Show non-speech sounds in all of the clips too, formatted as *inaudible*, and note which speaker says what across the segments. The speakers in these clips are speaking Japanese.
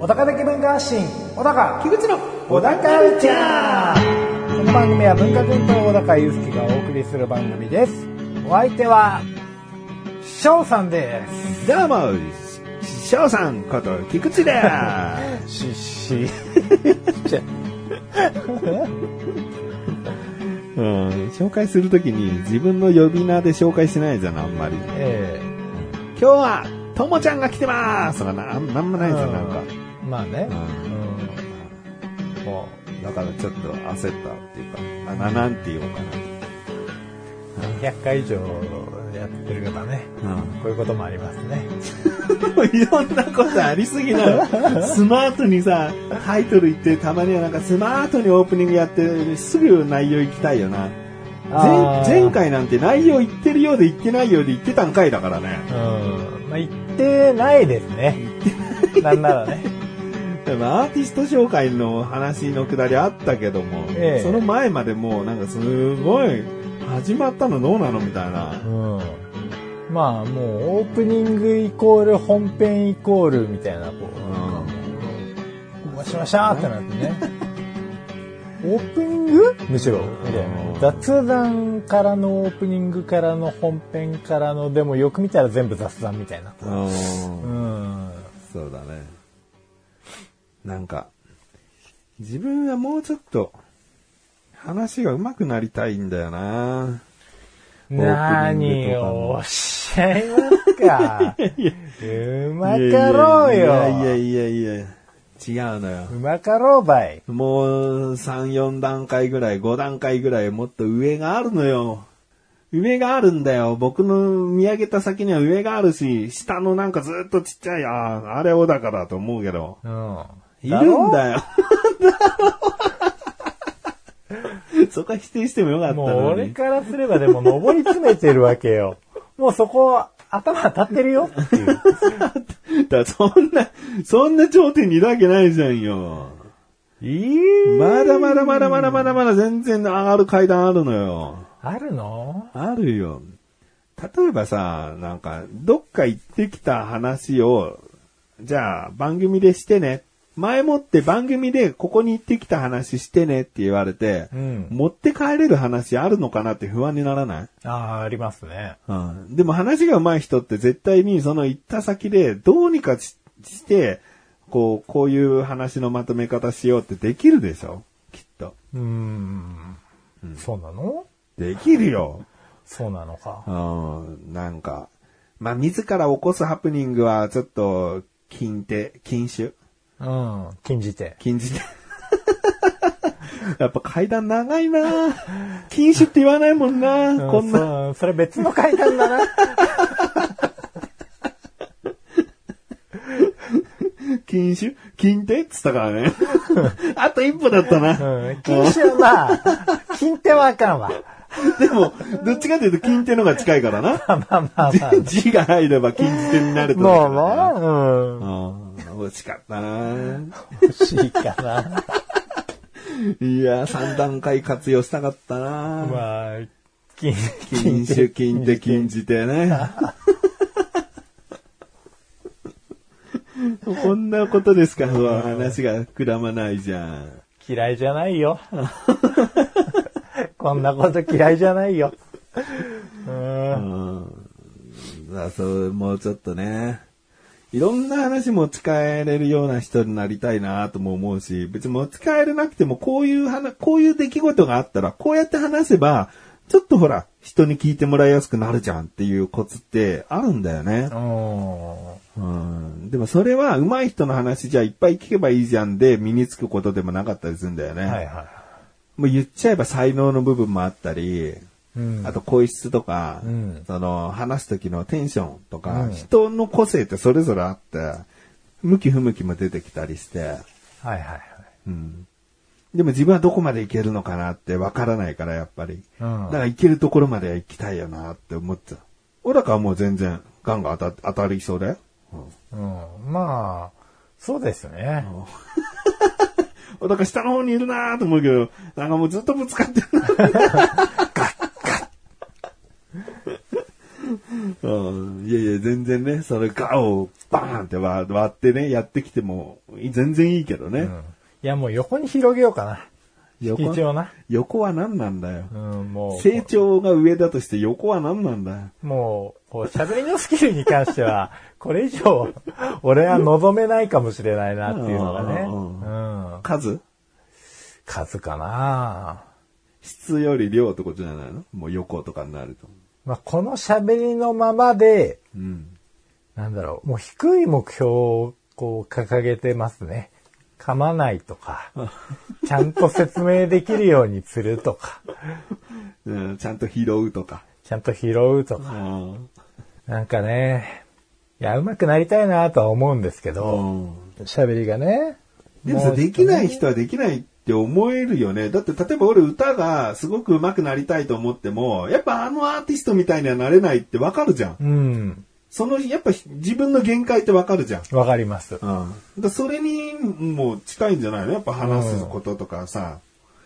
Speaker 1: 小高的文化発信小高菊池の小高カルチャーこの番組は文化人と小高祐介がお送りする番組ですお相手は翔さんで
Speaker 2: どうも、翔さんこと菊池だ *laughs*
Speaker 1: すしし
Speaker 2: うん、紹介するときに自分の呼び名で紹介しないじゃん、あんまり。
Speaker 1: え
Speaker 2: 今日は、ともちゃんが来てますとかな、あんなんも
Speaker 1: え
Speaker 2: ないじゃん、なんか。
Speaker 1: うんまあね
Speaker 2: うんもう、だからちょっと焦ったっていうか、あな、なんて言おうか
Speaker 1: うん100回以上やってる方ね
Speaker 2: な。
Speaker 1: こういうこともありますね
Speaker 2: うん。いろんなことありすぎ
Speaker 1: *laughs*
Speaker 2: なの。スマートにさ、タイトル言って、たまにはなんかスマートにオープニングやって、すぐ内容行きたいよな。
Speaker 1: あー
Speaker 2: 前前回なんて内容言ってるようで言ってないようで言ってたんかいだからね。
Speaker 1: うんまあ言ってないです
Speaker 2: *laughs*
Speaker 1: ねなんならね
Speaker 2: でもアーティスト紹介の話のくだりあったけども、
Speaker 1: ええ
Speaker 2: その前までもうなんかすごい、始まったのどうなのみたいな。
Speaker 1: うんまあもうオープニングイコール本編イコールみたいなこうなんかもうわしましゃーってなってね *laughs* オープニングむしろみたいな雑談からのオープニングからの本編からのでもよく見たら全部雑談みたいな
Speaker 2: うん
Speaker 1: うん
Speaker 2: そうだね。なんか、自分はもうちょっと、話が上手くなりたいんだよな。オープニングとか
Speaker 1: 何をおっしゃいます *laughs* かうまかろう
Speaker 2: い
Speaker 1: よ
Speaker 2: やいやいやいやいや、違うのよ
Speaker 1: う。まかろうばい
Speaker 2: もう、3、4段階ぐらい、5段階ぐらい、もっと上があるのよ。上があるんだよ。僕の見上げた先には上があるし、下のなんかずっとちっちゃい、ああ、あれをだからと思うけど。
Speaker 1: うん
Speaker 2: いるんだよ。 *laughs* そこは否定してもよかった
Speaker 1: もう
Speaker 2: の
Speaker 1: 俺
Speaker 2: に。
Speaker 1: からすればでも登り詰めてるわけよ。もうそこ頭当たってるよっていう。
Speaker 2: だそんな、そんな頂点にいるわけないじゃんよ。まだまだまだまだまだまだ全然上がる階段あるのよ。
Speaker 1: あるの
Speaker 2: あるよ。例えばさ、なんか、どっか行ってきた話を、じゃあ、番組でしてね。前もって番組でここに行ってきた話してねって言われて、
Speaker 1: うん
Speaker 2: 持って帰れる話あるのかなって不安にならない、
Speaker 1: ああ、ありますね。
Speaker 2: うん、でも話が上手い人って絶対にその行った先でどうにかしして、こう、こういう話のまとめ方しようってできるでしょきっと。
Speaker 1: うーん。そうなの
Speaker 2: できるよ。
Speaker 1: そうなのか。
Speaker 2: うん、なんか、まあ、自ら起こすハプニングは、ちょっと、禁手、禁酒
Speaker 1: うん。禁じて。
Speaker 2: 禁じて。やっぱ階段長いな禁酒って言わないもんな、
Speaker 1: う
Speaker 2: こんな。
Speaker 1: そうそれ別の階段だな。
Speaker 2: 禁酒禁手って言ったからね。あと一歩だったな。
Speaker 1: うん。禁止はまあ、禁手はあかんわ。
Speaker 2: でも、どっちかというと禁手の方が近いからな。
Speaker 1: まあまあまあ。
Speaker 2: 字が入れば禁じ手になると
Speaker 1: もう
Speaker 2: 思うからね。
Speaker 1: もう、
Speaker 2: うん。惜しかったな
Speaker 1: うん。欲しいかな。
Speaker 2: いや、3段階活用したかったな
Speaker 1: まあ、禁、
Speaker 2: 禁酒禁で禁じてね。
Speaker 1: *laughs*
Speaker 2: こんなことですか、話が膨らまないじゃん。
Speaker 1: 嫌いじゃないよ。こんなこと嫌いじゃないよ。う。
Speaker 2: うんん。だそう、もうちょっとね。いろんな話持ち帰れるような人になりたいなとも思うし、別に持ち帰れなくてもこういう話、こういう出来事があったら、こうやって話せば、ちょっとほら、人に聞いてもらいやすくなるじゃんっていうコツってあるんだよね。
Speaker 1: う
Speaker 2: うんでもそれは上手い人の話じゃいっぱい聞けばいいじゃんで身につくことでもなかったりするんだよね。
Speaker 1: ん。はいは
Speaker 2: もう言っちゃえば才能の部分もあったり、
Speaker 1: い。うん。
Speaker 2: あと声質とか、
Speaker 1: うん
Speaker 2: その話す時のテンションとか、
Speaker 1: うん
Speaker 2: 人の個性ってそれぞれあって、向き不向きも出てきたりして、
Speaker 1: はいはい
Speaker 2: うんでも自分はどこまでいけるのかなってわからないからやっぱり。
Speaker 1: うん
Speaker 2: だからいけるところまでは行きたいよなって思っちゃう。オラカはもう全然ガンガン当た当たりそうだよ。うん
Speaker 1: はい。うん。まあ、そうですね。
Speaker 2: だから下の方にいるなーと思うけど、なんかもうずっとぶつかってるな。ガッガッ。うんいやいや、全然ね、それガをバーンって割割ってね、やってきても、全然いいけどね。
Speaker 1: いや、もう横に広げようかな。
Speaker 2: 横
Speaker 1: 必要な。
Speaker 2: 横は何なんだよ。
Speaker 1: うん、もう。
Speaker 2: 成長が上だとして横は何なんだよ。
Speaker 1: もう、こう、喋りのスキルに関しては、 *laughs* これ以上、俺は望めないかもしれないなっていうのがね。
Speaker 2: う
Speaker 1: うんん。
Speaker 2: 数
Speaker 1: 数かな
Speaker 2: 質より量ってことじゃないのもう横とかになると。
Speaker 1: まあ、この喋りのままで、
Speaker 2: うん。
Speaker 1: なんだろう、もう低い目標をこう掲げてますね。噛まないと *laughs* か、ちゃんと説明できるようにするとか、
Speaker 2: うん、ちゃんと拾うとか。
Speaker 1: ちゃんと拾うとか、
Speaker 2: うん。
Speaker 1: なんかね、いや、上手くなりたいなとは思うんですけど、喋りがね。
Speaker 2: でも
Speaker 1: うちょ
Speaker 2: さ、
Speaker 1: っ
Speaker 2: で
Speaker 1: と
Speaker 2: き
Speaker 1: ね
Speaker 2: ない人はできないって思えるよね。だって、例えば俺歌がすごく上手くなりたいと思っても、やっぱあのアーティストみたいにはなれないってわかるじゃん。
Speaker 1: うん、
Speaker 2: その、やっぱ自分の限界ってわかるじゃん。
Speaker 1: わかります。
Speaker 2: うん。だそれにもう近いんじゃないのやっぱ話すこととかさ。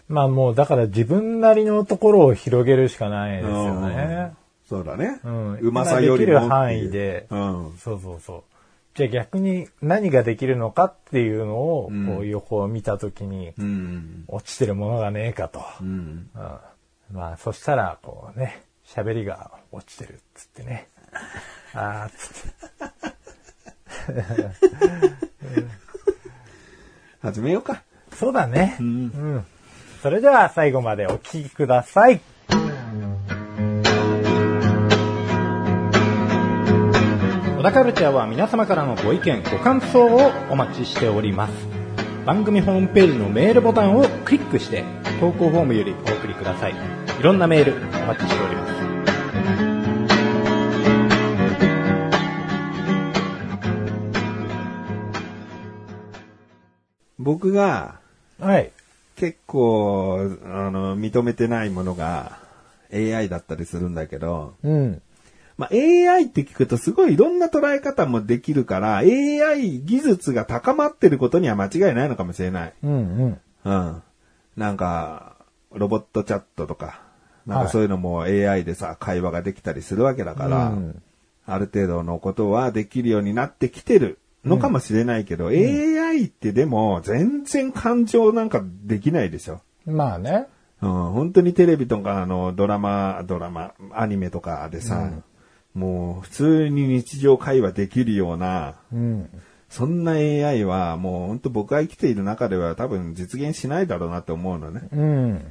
Speaker 1: まあもうだから自分なりのところを広げるしかないですよ
Speaker 2: うん
Speaker 1: ね。
Speaker 2: そうだね。
Speaker 1: うん
Speaker 2: うまさよりもって
Speaker 1: 今でき
Speaker 2: いう。
Speaker 1: る範囲で
Speaker 2: うん。
Speaker 1: そうそうそう。じゃあ逆に何ができるのかっていうのを
Speaker 2: うん、
Speaker 1: こう横を見たときに、
Speaker 2: うん。
Speaker 1: 落ちてるものがねえかと。
Speaker 2: うん。
Speaker 1: うん、まあそしたら、こうね、喋りが落ちてるっつってね。あーっつって。
Speaker 2: 始めようか。
Speaker 1: そうだね。うん。それでは最後までお聞きください。小田カルチャーは皆様からのご意見、ご感想をお待ちしております。番組ホームページのメールボタンをクリックして、投稿フォームよりお送りください。いろんなメールお待ちしております。
Speaker 2: 僕が
Speaker 1: はい。
Speaker 2: 結構、あの、認めてないものが AI だったりするんだけど、
Speaker 1: うん。
Speaker 2: まあ、AI って聞くとすごいいろんな捉え方もできるから、AI 技術が高まってることには間違いないのかもしれない。
Speaker 1: うんうん。
Speaker 2: うん。なんか、ロボットチャットとか、なんかそういうのも AI でさ、会話ができたりするわけだから、
Speaker 1: うん
Speaker 2: ある程度のことはできるようになってきてるのかもしれないけど、AI ってでも全然感情なんかできないでしょ。
Speaker 1: まあね。
Speaker 2: うん、本当にテレビとかあのドラマ、ドラマ、アニメとかでさ、もう普通に日常会話できるような、
Speaker 1: うん。
Speaker 2: そんな AI はもう本当僕が生きている中では多分実現しないだろうなって思うのね。
Speaker 1: うん。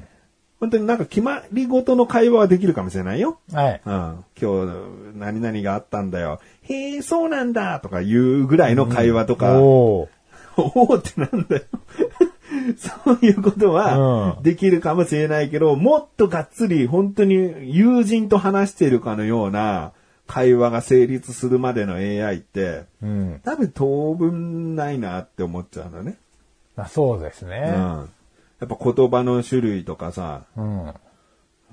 Speaker 2: 本当になんか決まりごとの会話はできるかもしれないよ。
Speaker 1: はい。
Speaker 2: うん、今日何々があったんだよ。へえ、そうなんだとか言うぐらいの会話とか、お
Speaker 1: おー
Speaker 2: おーってなんだよ。 *laughs* そういうことは
Speaker 1: うん
Speaker 2: できるかもしれないけど、もっとがっつり本当に友人と話しているかのような会話が成立するまでの AI って、
Speaker 1: うん。
Speaker 2: 多分当分ないなって思っちゃうのね。
Speaker 1: まあそうです
Speaker 2: うん。
Speaker 1: ね。
Speaker 2: やっぱ言葉の種類とかさ、
Speaker 1: うん。
Speaker 2: あ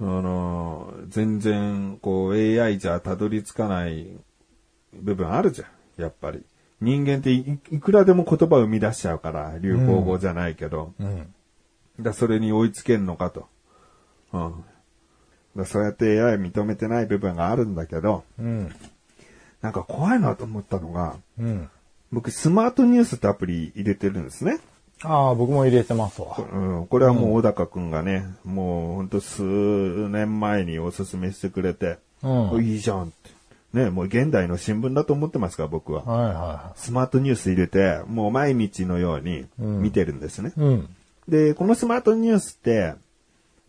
Speaker 2: のー全然、こう AI じゃたどり着かない部分あるじゃん。やっぱり。人間っていいくらでも言葉を生み出しちゃうから、流行語じゃないけど。
Speaker 1: うん。
Speaker 2: だそれに追いつけんのかと。うん。だそうやって AI 認めてない部分があるんだけど、
Speaker 1: うん。
Speaker 2: なんか怖いなと思ったのが、
Speaker 1: うん。
Speaker 2: 僕スマートニュースってアプリ入れてるんですね。
Speaker 1: ああ、僕も入れてますわ。
Speaker 2: うん、これはもう小高くんがね、もうほんと数年前におすすめしてくれて、
Speaker 1: うん
Speaker 2: いいじゃんって。ね、もう現代の新聞だと思ってますから僕は。
Speaker 1: はいは
Speaker 2: スマートニュース入れて、もう毎日のように見てるんですね。
Speaker 1: い。うん。
Speaker 2: で、このスマートニュースって、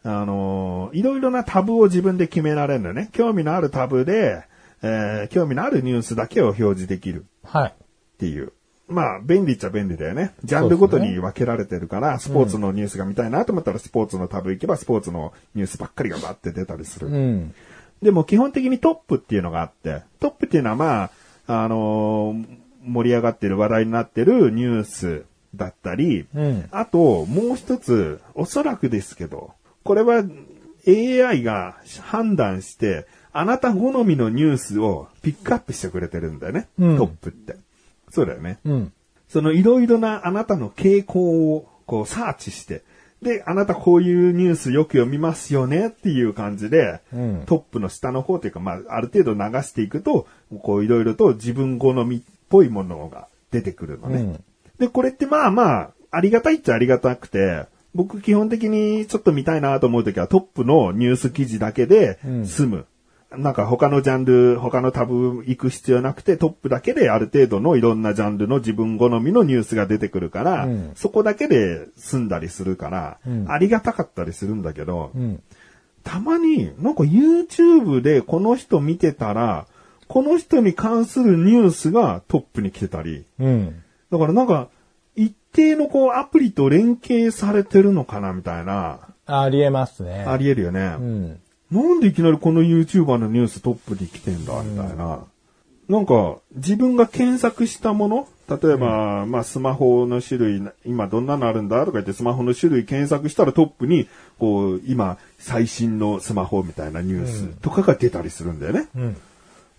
Speaker 2: あのーいろいろなタブを自分で決められるのね。興味のあるタブで、えー興味のあるニュースだけを表示できる。
Speaker 1: はい。
Speaker 2: っていう。まあ、便利っちゃ便利だよね。ジャンルごとに分けられてるから、スポーツのニュースが見たいなと思ったら、スポーツのタブ行けば、スポーツのニュースばっかりがバーって出たりする。
Speaker 1: うん。
Speaker 2: でも基本的にトップっていうのがあって、トップっていうのはまあ、あのー盛り上がってる話題になってるニュースだったり、
Speaker 1: うん
Speaker 2: あと、もう一つ、おそらくですけど、これは AI が判断して、あなた好みのニュースをピックアップしてくれてるんだよね。
Speaker 1: うん
Speaker 2: トップって。そうだよね。
Speaker 1: うん。
Speaker 2: そのいろいろなあなたの傾向をこう、サーチして、で、あなたこういうニュースよく読みますよねっていう感じで、
Speaker 1: うん
Speaker 2: トップの下の方というか、まあ、ある程度流していくと、こう、いろいろと自分好みっぽいものが出てくるのね。
Speaker 1: うん
Speaker 2: で、これってまあまあ、ありがたいっちゃありがたくて、僕基本的にちょっと見たいなと思うときはトップのニュース記事だけで
Speaker 1: うん
Speaker 2: 済む。なんか他のジャンル、他のタブ行く必要なくてトップだけである程度のいろんなジャンルの自分好みのニュースが出てくるから、
Speaker 1: うん
Speaker 2: そこだけで済んだりするから、
Speaker 1: うん
Speaker 2: ありがたかったりするんだけど、
Speaker 1: うん。
Speaker 2: たまになんか YouTube でこの人見てたら、この人に関するニュースがトップに来てたり、
Speaker 1: うん。
Speaker 2: だからなんか、一定のこう、アプリと連携されてるのかな、みたいな、
Speaker 1: ありえますね。
Speaker 2: ありえるよ
Speaker 1: う
Speaker 2: ね。
Speaker 1: ん。
Speaker 2: なんでいきなりこの YouTuber のニューストップに来てんだ、みたいな。なんか、自分が検索したもの例えば、まあ、スマホの種類、今どんなのあるんだとか言って、スマホの種類検索したらトップに、こう、今、最新のスマホみたいなニュースとかが出たりするんだよね。
Speaker 1: うん。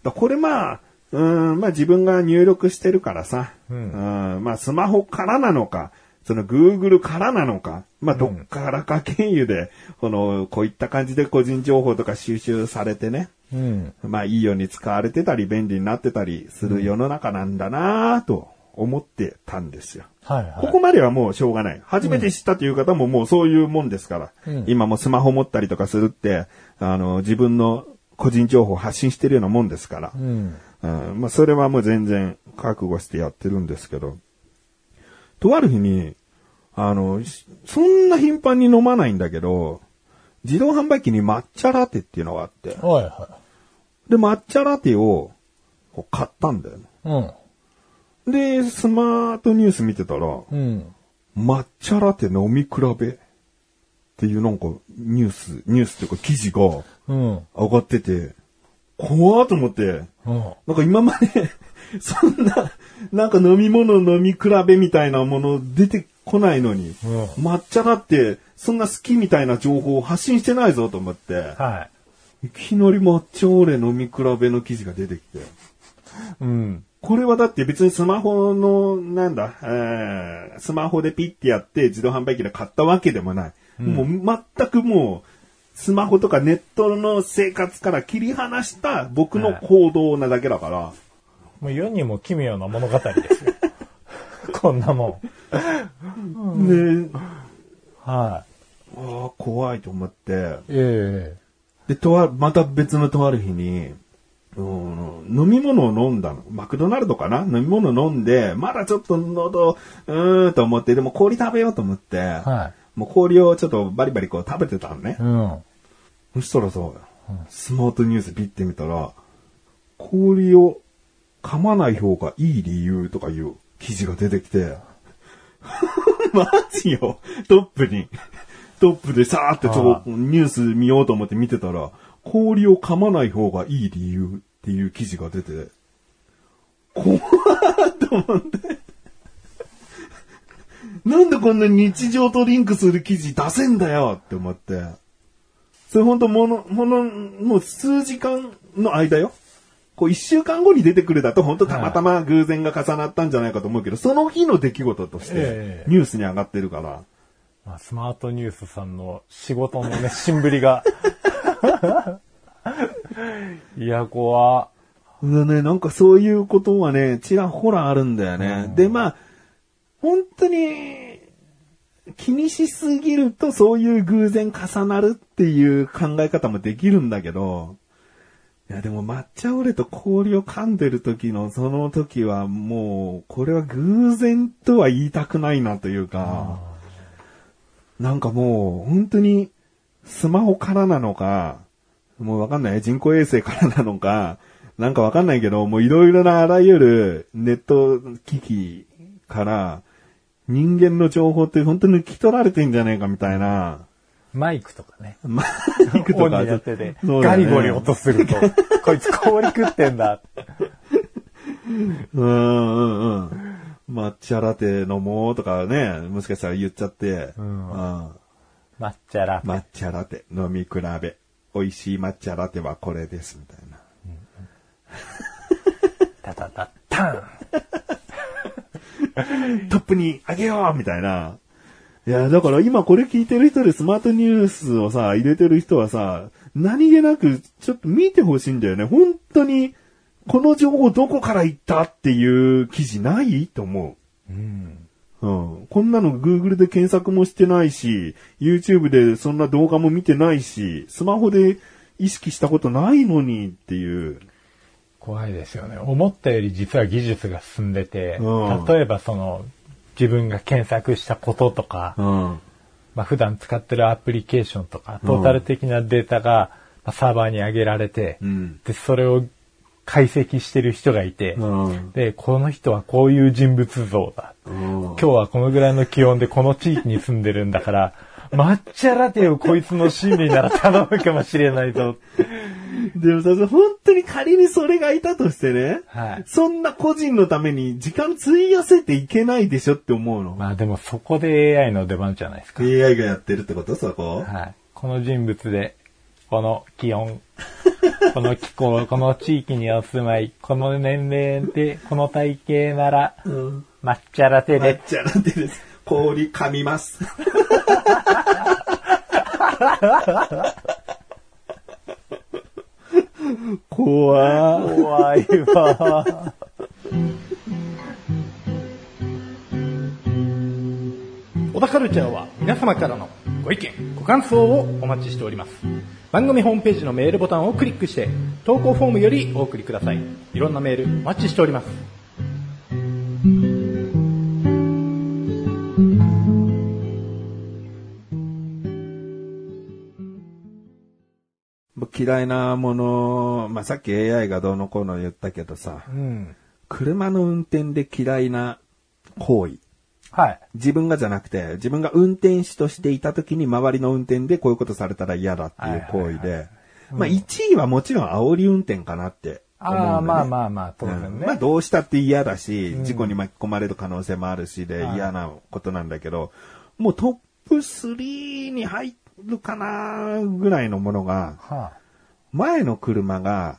Speaker 2: だこれまあ、うーん、まあ自分が入力してるからさ、
Speaker 1: うん
Speaker 2: うんまあスマホからなのか、その Google からなのか、まあどっからか経由で、この、こういった感じで個人情報とか収集されてね、
Speaker 1: うん。
Speaker 2: まあいいように使われてたり便利になってたりする世の中なんだなぁと思ってたんですよ。
Speaker 1: はいはい。
Speaker 2: ここまではもうしょうがない。初めて知ったという方ももうそういうもんですから。
Speaker 1: うん
Speaker 2: 今もうスマホ持ったりとかするって、あの、自分の個人情報を発信してるようなもんですから
Speaker 1: う。ん。
Speaker 2: うんまあ、それはもう全然覚悟してやってるんですけど。とある日に、あの、しそんな頻繁に飲まないんだけど、自動販売機に抹茶ラテっていうのがあって、
Speaker 1: はいは
Speaker 2: で、抹茶ラテをこう買ったんだよね。
Speaker 1: い。うん。
Speaker 2: で、スマートニュース見てたら、
Speaker 1: うん。
Speaker 2: 抹茶ラテ飲み比べっていうなんかニュース、ニュースというか記事が
Speaker 1: うん。
Speaker 2: 上がってて、怖ーと思って、
Speaker 1: うん。
Speaker 2: なんか今まで、 *laughs* そんな、なんか飲み物飲み比べみたいなもの出てこないのに、
Speaker 1: うん
Speaker 2: 抹茶だって、そんな好きみたいな情報を発信してないぞと思って、
Speaker 1: はい
Speaker 2: きなり抹茶オレ飲み比べの記事が出てきて、
Speaker 1: い。うん。
Speaker 2: これはだって別にスマホの、なんだ、えースマホでピッてやって自動販売機で買ったわけでもない。もう全くもう、スマホとかネットの生活から切り離した僕の行動なだけだから、
Speaker 1: もう世にも奇妙な物語ですよ。 *laughs* こんなもん。
Speaker 2: ね
Speaker 1: は
Speaker 2: ああ、怖いと思って。
Speaker 1: い。え
Speaker 2: で、とは、また別のとある日に、うん飲み物を飲んだの。マクドナルドかな飲み物飲んで、まだちょっと喉、うーんと思って、でも氷食べようと思って、
Speaker 1: は
Speaker 2: もう氷をちょっとバリバリこう食べてたのね
Speaker 1: え。。うん。
Speaker 2: そしたらさ、スマートニュースピッて見たら、氷を噛まない方がいい理由とかいう記事が出てきて、 *laughs* マジよ、トップに。トップでさーってちょ
Speaker 1: あ
Speaker 2: ニュース見ようと思って見てたら、氷を噛まない方がいい理由っていう記事が出て、怖っと思って。なんでこんな日常とリンクする記事出せんだよって思って。それほんともの、もの、もう数時間の間よ。こう一週間後に出てくるだと本当たまたま偶然が重なったんじゃないかと思うけど、その日の出来事として
Speaker 1: ええ
Speaker 2: ニュースに上がってるから、
Speaker 1: まあ、スマートニュースさんの仕事のね、 *laughs* しんぶりが。いや、怖
Speaker 2: うんね、なんかそういうことはね、ちらほらあるんだよね。で、まあ、本当に、気にしすぎるとそういう偶然重なるっていう考え方もできるんだけど、いやでも抹茶オレと氷を噛んでる時のその時はもう、これは偶然とは言いたくないなというか、なんかもう本当にスマホからなのか、もうわかんない。人工衛星からなのか、なんかわかんないけど、もういろいろなあらゆるネット機器から、人間の情報って本当に抜き取られてんじゃねえかみたいな。
Speaker 1: マイクとかね。
Speaker 2: マイクと
Speaker 1: オ
Speaker 2: か。
Speaker 1: ンになってて、
Speaker 2: そう
Speaker 1: ガ
Speaker 2: だね
Speaker 1: リゴリ音すると、 *laughs* こいつ氷食ってんだ。
Speaker 2: うんうんうん。抹茶ラテ飲もうとかね、もしかしたら言っちゃって。
Speaker 1: うん
Speaker 2: うん
Speaker 1: 抹茶ラテ。
Speaker 2: 抹茶ラテ飲み比べ。美味しい抹茶ラテはこれです、みたいな。
Speaker 1: タタタタン。
Speaker 2: トップにあげようみたいな。いや、だから今これ聞いてる人でスマートニュースをさ、入れてる人はさ、何気なくちょっと見てほしいんだよね。本当に、この情報どこから行ったっていう記事ないと思
Speaker 1: うん。
Speaker 2: う。うん。こんなの Google で検索もしてないし、YouTube でそんな動画も見てないし、スマホで意識したことないのにっていう。
Speaker 1: 怖いですよね。思ったより実は技術が進んでて、
Speaker 2: うん
Speaker 1: 例えばその、自分が検索したこととか、
Speaker 2: うん。
Speaker 1: まあ、普段使ってるアプリケーションとか、トータル的なデータが、まあ、サーバーに上げられて、
Speaker 2: うん
Speaker 1: で、それを解析してる人がいて、
Speaker 2: うん。
Speaker 1: で、この人はこういう人物像だ。
Speaker 2: うん
Speaker 1: 今日はこのぐらいの気温でこの地域に住んでるんだ
Speaker 2: *laughs*
Speaker 1: から、抹茶ラテをこいつの心理なら頼むかもしれないぞ。
Speaker 2: でもさ、本当に仮にそれがいたとしてね、
Speaker 1: はい
Speaker 2: そんな個人のために時間費やせていけないでしょって思うの。
Speaker 1: まあでもそこで AI の出番じゃないですか。
Speaker 2: AI がやってるってことそこ
Speaker 1: はい。この人物で、この気温、 *laughs* この気候、この地域にお住まい、この年齢で、この体型なら、
Speaker 2: うん。
Speaker 1: 抹茶ラテ
Speaker 2: なっ
Speaker 1: で、
Speaker 2: ちゃなんてです。氷噛みます。怖ー
Speaker 1: 怖いわ。
Speaker 3: 小田カルチャーは皆様からのご意見、ご感想をお待ちしております。番組ホームページのメールボタンをクリックして、投稿フォームよりお送りください。いろんなメールお待ちしております。
Speaker 2: 嫌いなもの、まあ、さっき AI がどうのこうの言ったけどさ、
Speaker 1: うん。
Speaker 2: 車の運転で嫌いな行為。
Speaker 1: はい。
Speaker 2: 自分がじゃなくて、自分が運転手としていた時に周りの運転でこういうことされたら嫌だっていう行為で、まあ1位はもちろん煽り運転かなって思うんだ
Speaker 1: あ
Speaker 2: よ
Speaker 1: あ、
Speaker 2: ね。
Speaker 1: まあまあまあ、当然ね。
Speaker 2: まあどうしたって嫌だし、事故に巻き込まれる可能性もあるしで嫌なことなんだけど、もうトップ3に入るかなぐらいのものが、
Speaker 1: は
Speaker 2: 前の車が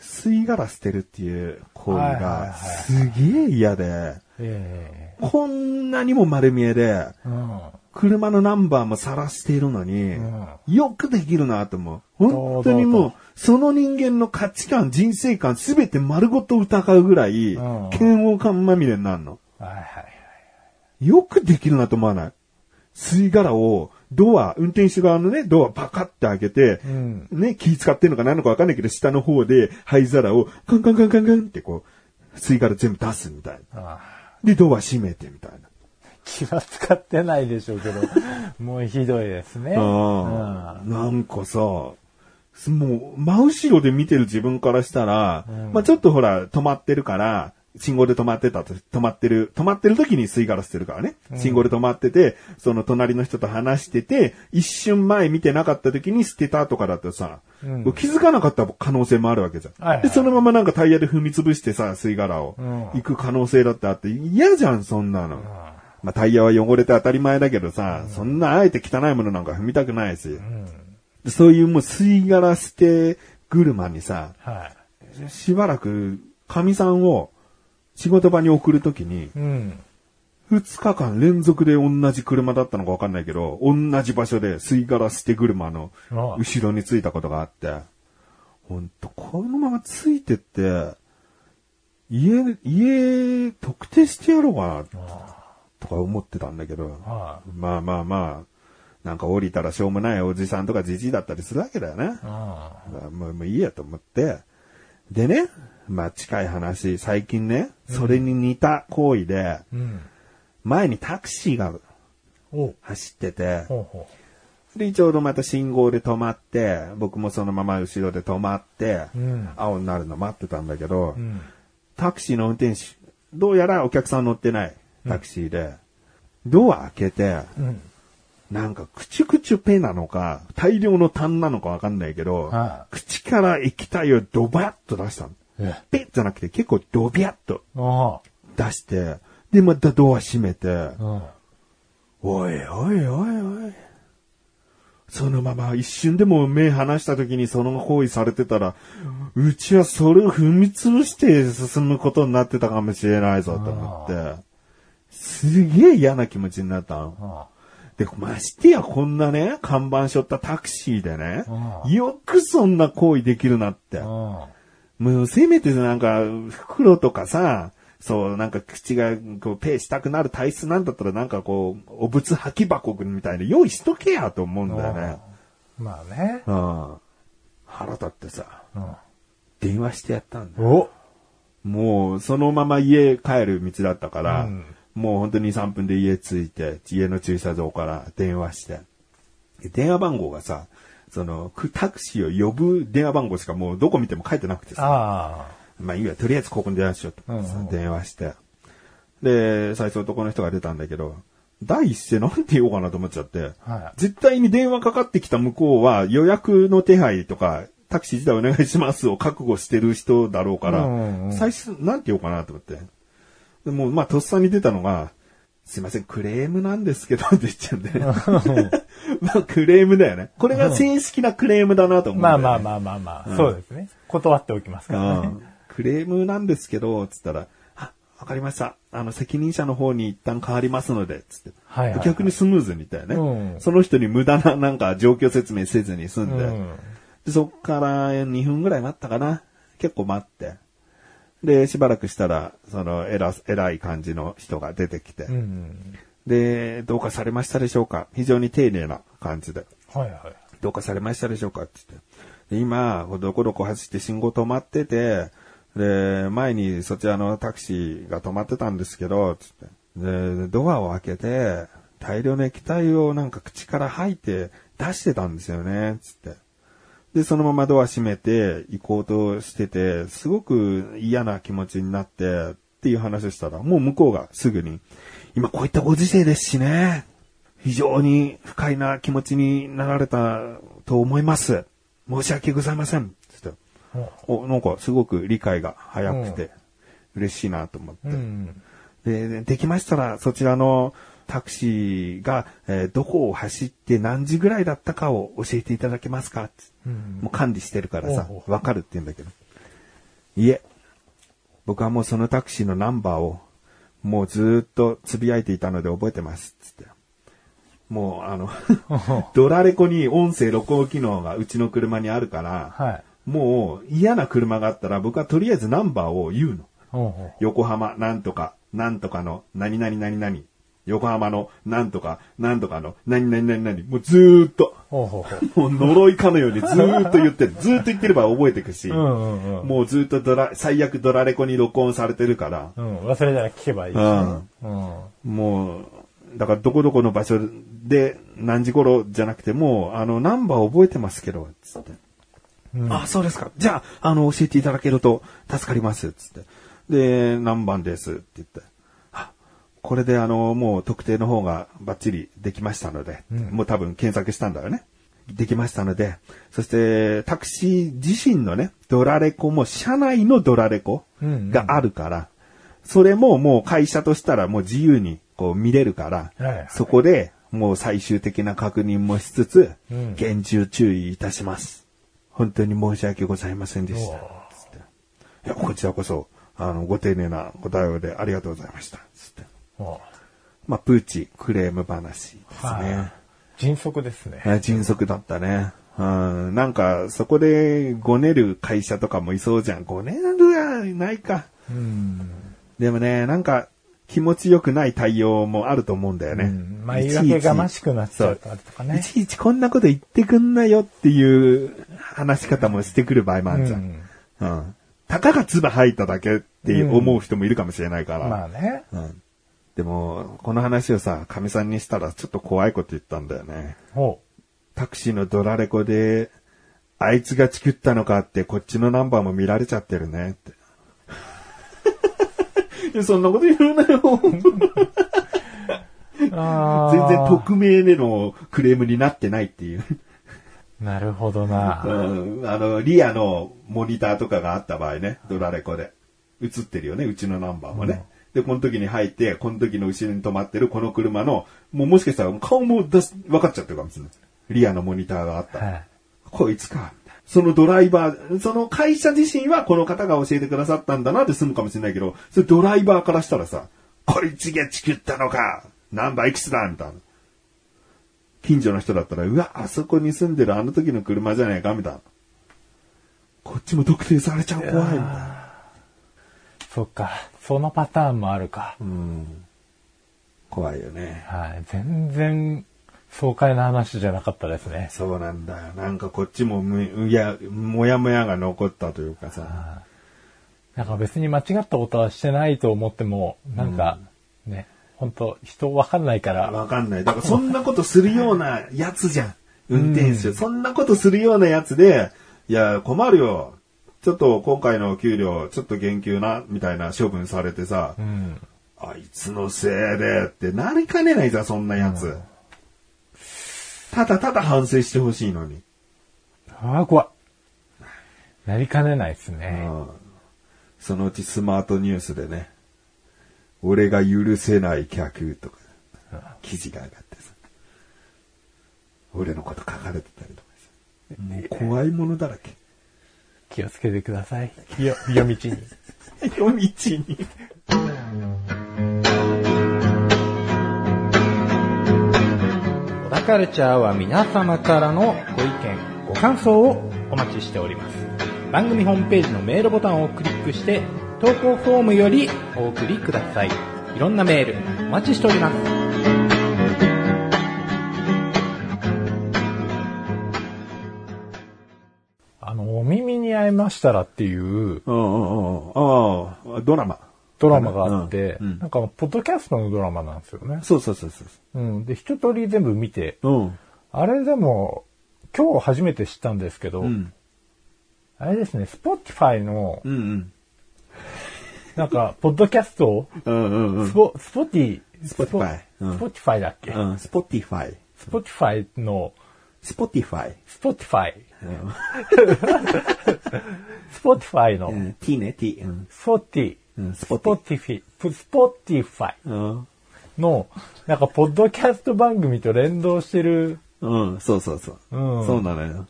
Speaker 2: 吸い殻捨てるっていう行為
Speaker 1: はいはいはい
Speaker 2: がすげえ嫌で、
Speaker 1: あ、え
Speaker 2: こんなにも丸見えで、
Speaker 1: えうん。
Speaker 2: 車のナンバーも晒しているのに、
Speaker 1: うん
Speaker 2: よくできるなと思う。本当に
Speaker 1: 堂
Speaker 2: もう
Speaker 1: 々、
Speaker 2: その人間の価値観、人生観、すべて丸ごと疑うぐらい、
Speaker 1: うん
Speaker 2: 嫌悪感まみれになるの。
Speaker 1: はいはいはい。
Speaker 2: よくできるなと思わない。吸い殻を、ドア、運転手側のね、ドアパカって開けて、
Speaker 1: うん。
Speaker 2: ね、気使ってんのか何のかわかんないけど、下の方で灰皿を、カンカンカンカンカンってこう、吸い殻全部出すみたいな。
Speaker 1: ああ
Speaker 2: で、ドア閉めてみたいな。
Speaker 1: 気は使ってないでしょう
Speaker 2: *laughs*
Speaker 1: けど、もうひどいですね。
Speaker 2: ああなんかさ、もう、真後ろで見てる自分からしたら、まあちょっとほら、止まってるから、信号で止まってたと、止まってる、止まってる時に吸い殻捨てるからね。信号で止まってて、その隣の人と話してて、一瞬前見てなかった時に捨てたとかだとさ、
Speaker 1: うん
Speaker 2: 気づかなかった可能性もあるわけじゃん、
Speaker 1: はいはい
Speaker 2: で、そのままなんかタイヤで踏み潰してさ、吸い殻を、
Speaker 1: うん
Speaker 2: 行く可能性だってあって、嫌じゃん、そんなの。まあ、タイヤは汚れて当たり前だけどさ、そんなあえて汚いものなんか踏みたくないし、でそういうもう吸い殻捨て車にさ、
Speaker 1: うん。はい。
Speaker 2: しばらく、神さんを仕事場に送るときに、
Speaker 1: うん。
Speaker 2: 2日間連続で同じ車だったのかわかんないけど、同じ場所で吸い殻捨て車の
Speaker 1: ああ
Speaker 2: 後ろについたことがあって、ほんと、このままついてって、家、家、特定してやろうかな、とか思ってたんだけど、
Speaker 1: は
Speaker 2: まあまあまあ、なんか降りたらしょうもないおじさんとかじじいだったりするわけだよね。
Speaker 1: い。うん。
Speaker 2: もうもういいやと思って。でね、まあ近い話、最近ね、それに似た行為で、
Speaker 1: うん。
Speaker 2: 前にタクシーが
Speaker 1: おう
Speaker 2: 走ってて、
Speaker 1: ほうほ
Speaker 2: で、ちょうどまた信号で止まって、僕もそのまま後ろで止まって、
Speaker 1: うん
Speaker 2: 青になるの待ってたんだけど、
Speaker 1: う。うん。
Speaker 2: タクシーの運転手、どうやらお客さん乗ってないタクシーで、ドア開けて、
Speaker 1: うん。
Speaker 2: なんか、クチュクチュペなのか、大量の痰なのかわかんないけど、
Speaker 1: は
Speaker 2: 口から液体をドバッと出したの。
Speaker 1: え
Speaker 2: ペッじゃなくて結構ドビャッと
Speaker 1: あ
Speaker 2: 出して、で、またドア閉めて、
Speaker 1: あ。うん。
Speaker 2: おいおいおいおい。そのまま一瞬でも目離した時にその行為されてたら、うちはそれを踏み潰して進むことになってたかもしれないぞと思って、すげえ嫌な気持ちになったの。
Speaker 1: あ
Speaker 2: で、ましてやこんなね、看板しょったタクシーでね
Speaker 1: あ、あ
Speaker 2: よくそんな行為できるなって。
Speaker 1: あ
Speaker 2: もうせめてなんか、袋とかさ、そう、なんか口がこうペーしたくなる体質なんだったらなんかこう、お仏吐き箱みたいな用意しとけやと思うんだよね。
Speaker 1: まあね。
Speaker 2: うん。腹立ってさ、
Speaker 1: うん
Speaker 2: 電話してやったんだよ。
Speaker 1: お
Speaker 2: もう、そのまま家帰る道だったから、
Speaker 1: うん
Speaker 2: もう本当に3分で家着いて、家の駐車場から電話して。で電話番号がさ、その、くタクシーを呼ぶ電話番号しかもうどこ見ても書いてなくてさ。
Speaker 1: あ
Speaker 2: まあいいや、とりあえずここに電話しようと。
Speaker 1: うんうん
Speaker 2: 電話して。で、最初男の人が出たんだけど、第一声なんて言おうかなと思っちゃって、
Speaker 1: はい
Speaker 2: 絶対に電話かかってきた向こうは予約の手配とか、タクシー自体お願いしますを覚悟してる人だろうから、
Speaker 1: うんうんうん
Speaker 2: 最初なんて言おうかなと思って。でもう、まあ、とっさに出たのが、すいません、クレームなんですけどって言っちゃうんで。 *laughs* まあ、クレームだよね。これが正式なクレームだなと思
Speaker 1: あ。
Speaker 2: うんだ
Speaker 1: ま
Speaker 2: よ
Speaker 1: あ
Speaker 2: ね。
Speaker 1: まあまあまあまあ、そうですね。断っておきますからね。
Speaker 2: クレームなんですけど、つったら、あ、わかりました。あの、責任者の方に一旦変わりますので、つって。
Speaker 1: はいはいはい
Speaker 2: 逆にスムーズにいったよね、
Speaker 1: うん
Speaker 2: その人に無駄ななんか状況説明せずに済んで。
Speaker 1: うん
Speaker 2: でそっから2分ぐらい待ったかな。結構待って。で、しばらくしたら、その、偉、偉い感じの人が出てきて、
Speaker 1: うん。
Speaker 2: で、どうかされましたでしょうか非常に丁寧な感じで。
Speaker 1: はいはい。
Speaker 2: どうかされましたでしょうかって言って。で今、どこどこ走って信号止まってて、で、前にそちらのタクシーが止まってたんですけど、つって。で、ドアを開けて、大量の液体をなんか口から吐いて出してたんですよね、つって。で、そのままドア閉めて行こうとしてて、すごく嫌な気持ちになって、っていう話をしたら、もう向こうがすぐに、今こういったご時世ですしね、非常に不快な気持ちになられたと思います。申し訳ございません。つってお、なんかすごく理解が早くて、嬉しいなと思って。
Speaker 1: うん。
Speaker 2: で、でできましたら、そちらのタクシーが、えーどこを走って何時ぐらいだったかを教えていただけますか、つ
Speaker 1: うん
Speaker 2: もう管理してるからさ
Speaker 1: おうお、
Speaker 2: わかるって言うんだけど。いえ、僕はもうそのタクシーのナンバーを、もうずーっとつぶやいていたので覚えてます、つって。もう、
Speaker 1: *laughs*
Speaker 2: あの、ドラレコに音声録音機能がうちの車にあるから、
Speaker 1: はい。
Speaker 2: もう嫌な車があったら僕はとりあえずナンバーを言うの。
Speaker 1: ほうほ
Speaker 2: 横浜なんとか、なんとかの何々何々。横浜のなんとか、なんとかの何々何々。もうずーっと。
Speaker 1: うほうほうほう。
Speaker 2: もう呪いかのようにずーっと
Speaker 1: *laughs*
Speaker 2: 言ってる。ずーっと言ってれば覚えてくし。
Speaker 1: うんうんうん。
Speaker 2: もうずーっとドラ、最悪ドラレコに録音されてるから。
Speaker 1: うん、忘れたら聞けばいいしね。うん。
Speaker 2: もう、だからどこどこの場所で何時頃じゃなくてもう、あの、ナンバー覚えてますけど、つって。
Speaker 1: うん
Speaker 2: あ、そうですか。じゃあ、あの、教えていただけると助かります、つって。で、何番ですって言って。あ、これであの、もう特定の方がバッチリできましたので、もう多分検索したんだよね。できましたので、そしてタクシー自身のね、ドラレコも車内のドラレコ
Speaker 1: うんうん
Speaker 2: があるから、それももう会社としたらもう自由にこう見れるから、
Speaker 1: はいはい
Speaker 2: そこでもう最終的な確認もしつつ、
Speaker 1: うん
Speaker 2: 厳重注意いたします。本当に申し訳ございませんでした。
Speaker 1: おー
Speaker 2: つっていや、こちらこそ、あの、ご丁寧なご対応でありがとうございました。つって。
Speaker 1: も
Speaker 2: まあ、プーチ、クレーム話で
Speaker 1: う、
Speaker 2: す
Speaker 1: は
Speaker 2: ね。
Speaker 1: い。迅速ですね。
Speaker 2: いや迅速だったね。うん、なんか、そこでごねる会社とかもいそうじゃん。ごねるやないか。
Speaker 1: うん。
Speaker 2: でもね、なんか、気持ちよくない対応もあると思うんだよね。
Speaker 1: うんまあ言い訳がましくなっちゃうと
Speaker 2: いちいち
Speaker 1: とかね
Speaker 2: いちいちこんなこと言ってくんなよっていう話し方もしてくる場合もあるじゃん。うん。たかが唾吐いただけって思う人もいるかもしれないから。
Speaker 1: まあね。
Speaker 2: うん。でも、この話をさ、神さんにしたらちょっと怖いこと言ったんだよね。
Speaker 1: ほ
Speaker 2: タクシーのドラレコで、あいつがチクったのかって、こっちのナンバーも見られちゃって *laughs* るねって。いやそんなこと言うなよ。全
Speaker 1: う。あー
Speaker 2: 然匿名でのクレームになってないっていう。
Speaker 1: なるほど
Speaker 2: う
Speaker 1: な。
Speaker 2: ん、あの、リアのモニターとかがあった場合ね、ドラレコで。映ってるよね、うちのナンバーもね。で、この時に入って、この時の後ろに止まってるこの車の、もうもしかしたら顔も出す、分かっちゃってるかもしれない。リアのモニターがあったら。
Speaker 1: はい。
Speaker 2: こいつか。そのドライバー、その会社自身はこの方が教えてくださったんだなって済むかもしれないけど、それドライバーからしたらさ、こいつがチクったのか、ナンバーいくつだみたいな。近所の人だったら、うわ、あそこに住んでるあの時の車じゃねえか、みたいな。こっちも特定されちゃう、怖い、みたいな。
Speaker 1: そっか。そのパターンもあるか。
Speaker 2: うん。怖いよね。
Speaker 1: はい。全然、爽快な話じゃなかったですね。
Speaker 2: そうなんだよ。なんかこっちもむ、いや、もやもやが残ったというかさ。
Speaker 1: なんか別に間違ったことはしてないと思っても、なんか、ね、本当人わかんないから、
Speaker 2: わかんない。だからそんなことするようなやつじゃん。運転手。そんなことするようなやつで、いや、困るよ。ちょっと今回の給料、ちょっと減給な、みたいな処分されてさ、
Speaker 1: うん。
Speaker 2: あいつのせいでってなりかねないじゃん、そんなやつ。ただただ反省してほしいのに。
Speaker 1: ああ、怖い。なりかねないですね。
Speaker 2: うんそのうちスマートニュースでね、俺が許せない客とか、記事が上がってさ、俺のこと書かれてたりとかさ、もう怖いものだらけ。
Speaker 1: 気をつけてください。よ、夜道に。
Speaker 2: 夜道に。
Speaker 3: 小田カルチャーは皆様からのご意見、ご感想をお待ちしております。番組ホームページのメールボタンをクリックして、投稿フォームよりお送りください。いろんなメール、お待ちしております。
Speaker 1: あの、お耳に会いましたらっていう
Speaker 2: うんうんうん。ああ、ドラマ。
Speaker 1: ドラマがあって、
Speaker 2: うんうん
Speaker 1: なんか、ポッドキャストのドラマなんですよね。
Speaker 2: そうそうそうそう。
Speaker 1: うん。で、一通り全部見て、
Speaker 2: うん。
Speaker 1: あれでも、今日初めて知ったんですけど、
Speaker 2: うん。
Speaker 1: あれですね、Spotify の、
Speaker 2: うんうん。
Speaker 1: なん
Speaker 2: *laughs*
Speaker 1: か、ポッドキャストを、
Speaker 2: うんうんうん。
Speaker 1: スポ、スポティ、
Speaker 2: スポティファイうん
Speaker 1: スポティファイだっけ、
Speaker 2: うん、スポティファイ。
Speaker 1: スポティファイの、
Speaker 2: スポティファイ。
Speaker 1: スポティファイ。スポティファイの、
Speaker 2: うん、t ね、t。うん。
Speaker 1: スポティ、
Speaker 2: うんス
Speaker 1: ス
Speaker 2: ポ
Speaker 1: ポ
Speaker 2: ティ
Speaker 1: ティフィ、プスポティファイ
Speaker 2: うん。
Speaker 1: の、なんか、ポッドキャスト番組と連動してる、
Speaker 2: うん、そうそうそう。
Speaker 1: うん
Speaker 2: そうなのよ。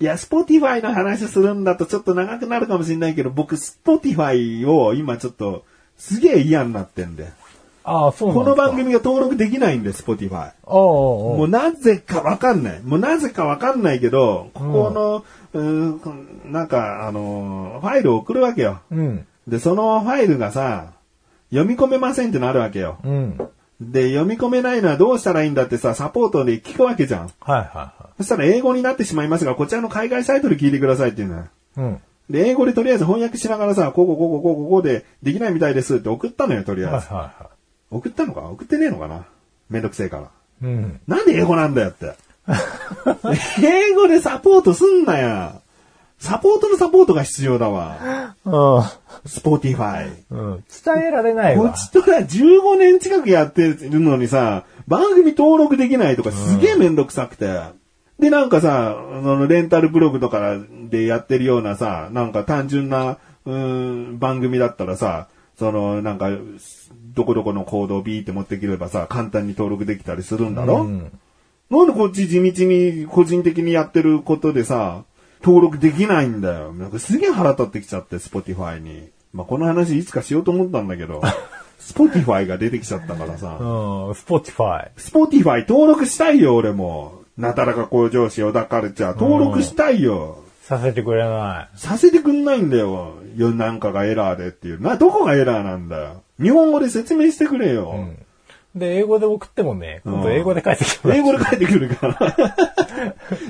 Speaker 2: いや、スポティファイの話するんだとちょっと長くなるかもしれないけど、僕、スポティファイを今ちょっと、すげえ嫌になってんで。
Speaker 1: ああ、そうなん
Speaker 2: こ
Speaker 1: です
Speaker 2: の
Speaker 1: か
Speaker 2: 番。組が登録できないんで、スポティファイ。
Speaker 1: ああ、ああ
Speaker 2: もうなぜかわかんない。もうなぜかわかんないけど、ここの、うーん、なんか、あのーファイルを送るわけよ。
Speaker 1: うん、
Speaker 2: で、そのファイルがさ、読み込めませんってなるわけよ。
Speaker 1: うん。はい
Speaker 2: で、読み込めないのはどうしたらいいんだってさ、サポートで聞くわけじゃん。
Speaker 1: はいは
Speaker 2: そしたら英語になってしまいますが、こちらの海外サイトで聞いてくださいっていうのよ
Speaker 1: い。うん。
Speaker 2: で、英語でとりあえず翻訳しながらさ、こうこうこうこうこうこうでできないみたいですって送ったのよ、とり
Speaker 1: はいは
Speaker 2: あえ
Speaker 1: い
Speaker 2: ず。
Speaker 1: は
Speaker 2: 送ったのか送ってねえのかなめんどくせえから。
Speaker 1: い。うん。
Speaker 2: なんで英語なんだよって。英語でサポートすんなよ。サポートのサポートが必要だわ。スポーティファイ。
Speaker 1: うん。伝えられない
Speaker 2: こ
Speaker 1: わ
Speaker 2: っ。ちとら15年近くやってるのにさ、番組登録できないとかすげえめんどくさくて。で、なんかさ、あの、レンタルブログとかでやってるようなさ、なんか単純な、うーん、番組だったらさ、その、なんか、どこどこの行動をビーって持ってきればさ、簡単に登録できたりするんだろ、
Speaker 1: うん。
Speaker 2: なんでこっち地道に個人的にやってることでさ、登録できないんだよ。なんかすげえ腹立ってきちゃって、Spotify に。まあ、この話いつかしようと思ったんだけど、Spotify が出てきちゃったから
Speaker 1: う
Speaker 2: さ、
Speaker 1: ん。スポティファイ。
Speaker 2: Spotify 登録したいよ、俺も。なだらか向上し、小田カルチャー、登録したいよ。
Speaker 1: させてくれな
Speaker 2: させてくんないんだよ。世なんかがエラーでっていう。な、どこがエラーなんだよ。日本語で説明してくれよ。
Speaker 1: い。で、英語で送ってもね、今度英語で返ってきた。
Speaker 2: 英語で返ってくるから。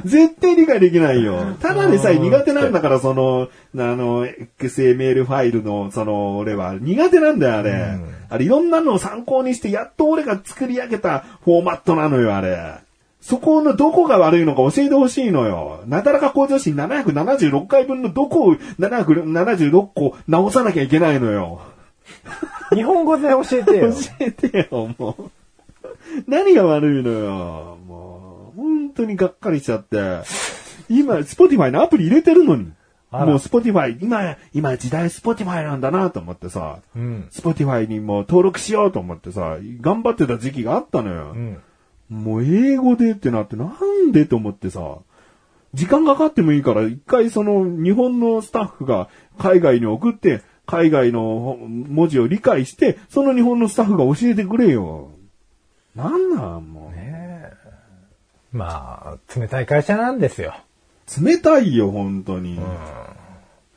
Speaker 2: 絶対理解できないよ。ただでさえ苦手なんだから、その、あの、XML ファイルの、その、俺は苦手なんだよ、あれ。あれ、いろんなのを参考にして、やっと俺が作り上げたフォーマットなのよ、あれ。そこのどこが悪いのか教えてほしいのよ。なだらか向上心776回分のどこを776個直さなきゃいけないのよ。
Speaker 1: *laughs* 日本語で教えてよ。
Speaker 2: 教えてよ、もう。何が悪いのよ、もう。本当にがっかりしちゃって。今、スポティファイのアプリ入れてるのに。
Speaker 1: あら
Speaker 2: もうスポティファイ、今、今時代スポティファイなんだなと思ってさ、
Speaker 1: *laughs* うん。
Speaker 2: スポティファイにもう登録しようと思ってさ、頑張ってた時期があったのよ
Speaker 1: う。ん。
Speaker 2: もう英語でってなってなんでと思ってさ、時間かかってもいいから、一回その日本のスタッフが海外に送って、海外の文字を理解して、その日本のスタッフが教えてくれよ。なんなんも
Speaker 1: ね
Speaker 2: う。
Speaker 1: え。まあ、冷たい会社なんですよ。
Speaker 2: 冷たいよ、本当に。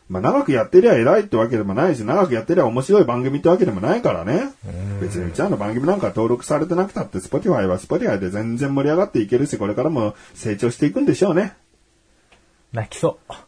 Speaker 2: まあ、長くやってりゃ偉いってわけでもないし、長くやってりゃ面白い番組ってわけでもないからね。別にうちらの番組なんか登録されてなくたって、Spotify は Spotify で全然盛り上がっていけるし、これからも成長していくんでしょうね。
Speaker 1: 泣きそう。 *laughs*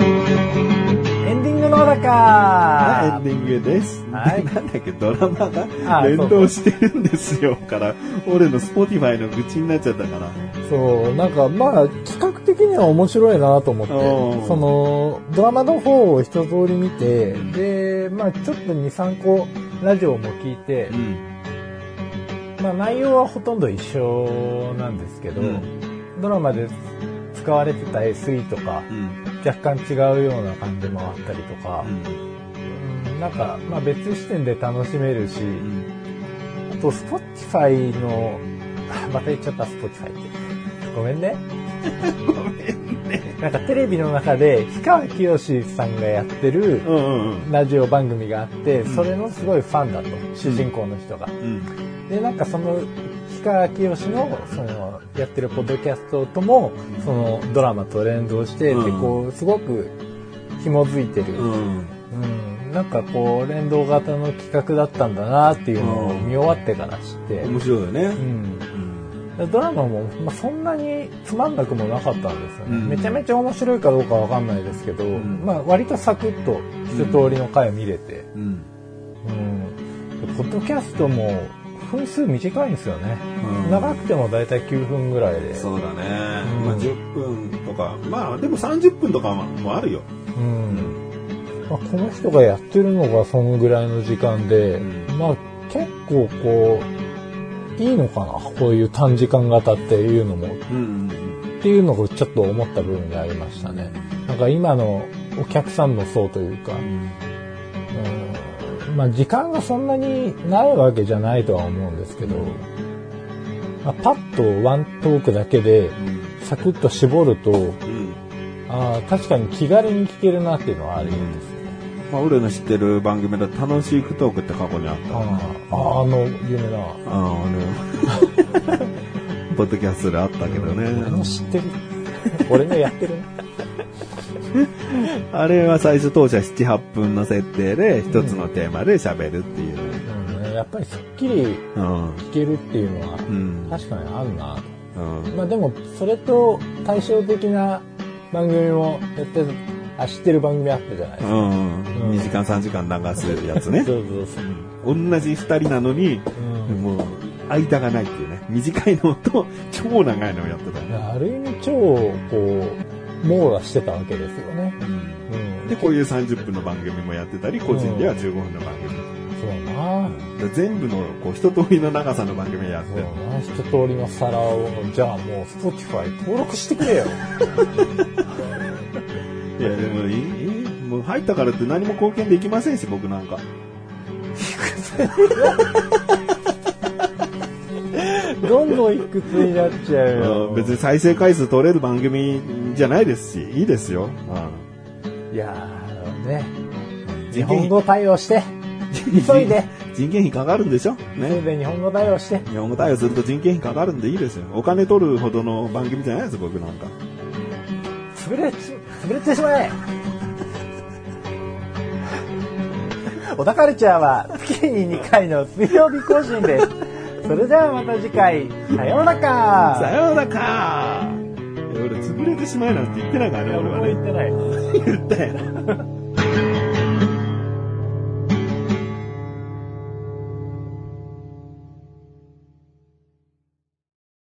Speaker 1: エンディングのだ
Speaker 2: エ
Speaker 1: か
Speaker 2: ンディングです。
Speaker 1: はい
Speaker 2: でなんだっけ、ドラマが
Speaker 1: あ
Speaker 2: 連動してるんですよから、俺の Spotify の愚痴になっちゃったから。
Speaker 1: そう、なんかまあ企画的には面白いなと思って
Speaker 2: うん、
Speaker 1: そのドラマの方を一通り見て
Speaker 2: うん、
Speaker 1: で、まあちょっと2、3個ラジオも聞いて
Speaker 2: う、ん。
Speaker 1: まあ内容はほとんど一緒なんですけど、
Speaker 2: うん
Speaker 1: ドラマで使われてた SE とか
Speaker 2: うん。
Speaker 1: 若干違うような感じもあったりとか、うんなんか、まあ、別視点で楽しめるし、あと Spotify の、 *laughs* あまた言っちゃった Spotify って。ごめんね。
Speaker 2: ごめん。
Speaker 1: なんかテレビの中で氷川きよしさんがやってる
Speaker 2: うんうんうん。
Speaker 1: ラジオ番組があって、
Speaker 2: うん
Speaker 1: それのすごいファンだと、主人公の人が。
Speaker 2: うん。
Speaker 1: でなんかその氷川きよしのそのやってるポッドキャストともそのドラマと連動して、
Speaker 2: うん
Speaker 1: でこうすごく紐づいてる、うん
Speaker 2: うん。
Speaker 1: なんかこう連動型の企画だったんだなっていうのを見終わってから知って、
Speaker 2: 面白いよね
Speaker 1: う。ん、
Speaker 2: うん。
Speaker 1: ドラマも、まあ、そんなにつまんなくもなかったんですよね、
Speaker 2: うん
Speaker 1: めちゃめちゃ面白いかどうかわかんないですけど、
Speaker 2: ん
Speaker 1: まあ、割とサクッと一通りの回見れて、
Speaker 2: うん。
Speaker 1: うん、でポッドキャストも分数短いんですよね
Speaker 2: うん
Speaker 1: 長くても大体9分ぐらいで、
Speaker 2: そうだね。
Speaker 1: うん
Speaker 2: まあ10分とか、まあでも30分とかもあるよ。
Speaker 1: うんまあ、この人がやってるのがそのぐらいの時間で、
Speaker 2: う
Speaker 1: まあ結構こういいのかなこういう短時間型っていうのも
Speaker 2: うん。
Speaker 1: っていうのをちょっと思った部分がありましたねなんか今のお客さんの層というか、うんまあ時間がそんなにないわけじゃないとは思うんですけど、まあ、パッとワントークだけでサクッと絞ると
Speaker 2: うん。
Speaker 1: ああ確かに気軽に聞けるなっていうのはあるんですよね、
Speaker 2: まあ俺の知ってる番組だと楽しいフトークって過去にあった。
Speaker 1: あああの有名な
Speaker 2: ああ、
Speaker 1: *laughs*
Speaker 2: あれ。ポッドキャストであったけど
Speaker 1: 俺の
Speaker 2: ね。
Speaker 1: 知ってる俺のやってるね
Speaker 2: あれは最初当社7、8分の設定で一つのテーマで喋るっていう。
Speaker 1: うんやっぱりすっきり
Speaker 2: うん。
Speaker 1: 聞けるっていうのは
Speaker 2: うん。
Speaker 1: 確かにあるなと
Speaker 2: うん。
Speaker 1: まあでもそれと対照的な番組もやってるあ知ってる番組あったじゃないです
Speaker 2: う
Speaker 1: か、
Speaker 2: ん。
Speaker 1: うん。
Speaker 2: 2時間3時間流すやつね
Speaker 1: そうそうそう、
Speaker 2: 同じ2人なのに、
Speaker 1: うん
Speaker 2: もう、間がないっていうね。短いのと、超長いのをやってたよね。
Speaker 1: ある意味超こう網羅してたわけですよね、うん、
Speaker 2: で、こういう30分の番組もやってたり、個人では15分の番組。
Speaker 1: そうやな
Speaker 2: で全部の、こう、一通りの長さの番組やっ
Speaker 1: そう
Speaker 2: て
Speaker 1: やな一通りの皿をじゃあもう Spotify 登録してくれよ
Speaker 2: いや、でもいい、いいもう入ったからって何も貢献できませんし、僕なんか。
Speaker 1: *laughs* どんどんいくつになっちゃうよ
Speaker 2: 別に再生回数取れる番組じゃないですし、いいですよ。
Speaker 1: いやーね
Speaker 2: うん
Speaker 1: 日本語対応して
Speaker 2: 人件
Speaker 1: 急
Speaker 2: 費
Speaker 1: いで
Speaker 2: 人件費かかるんでしょ
Speaker 1: それ
Speaker 2: ね。
Speaker 1: で日本語対応して
Speaker 2: 日本語対応すると人件費かかるんでいいですよ。お金取るほどの番組じゃないです、僕なんか。
Speaker 1: 潰れち潰れてしまえ小田カルチャーは月に2回の水曜日更新ですそれではまた次回さようなら
Speaker 2: さ
Speaker 1: か
Speaker 2: ようなかいや俺、潰れてしまえなんて言ってないからね、俺はね。
Speaker 1: てない
Speaker 2: 言ったよ。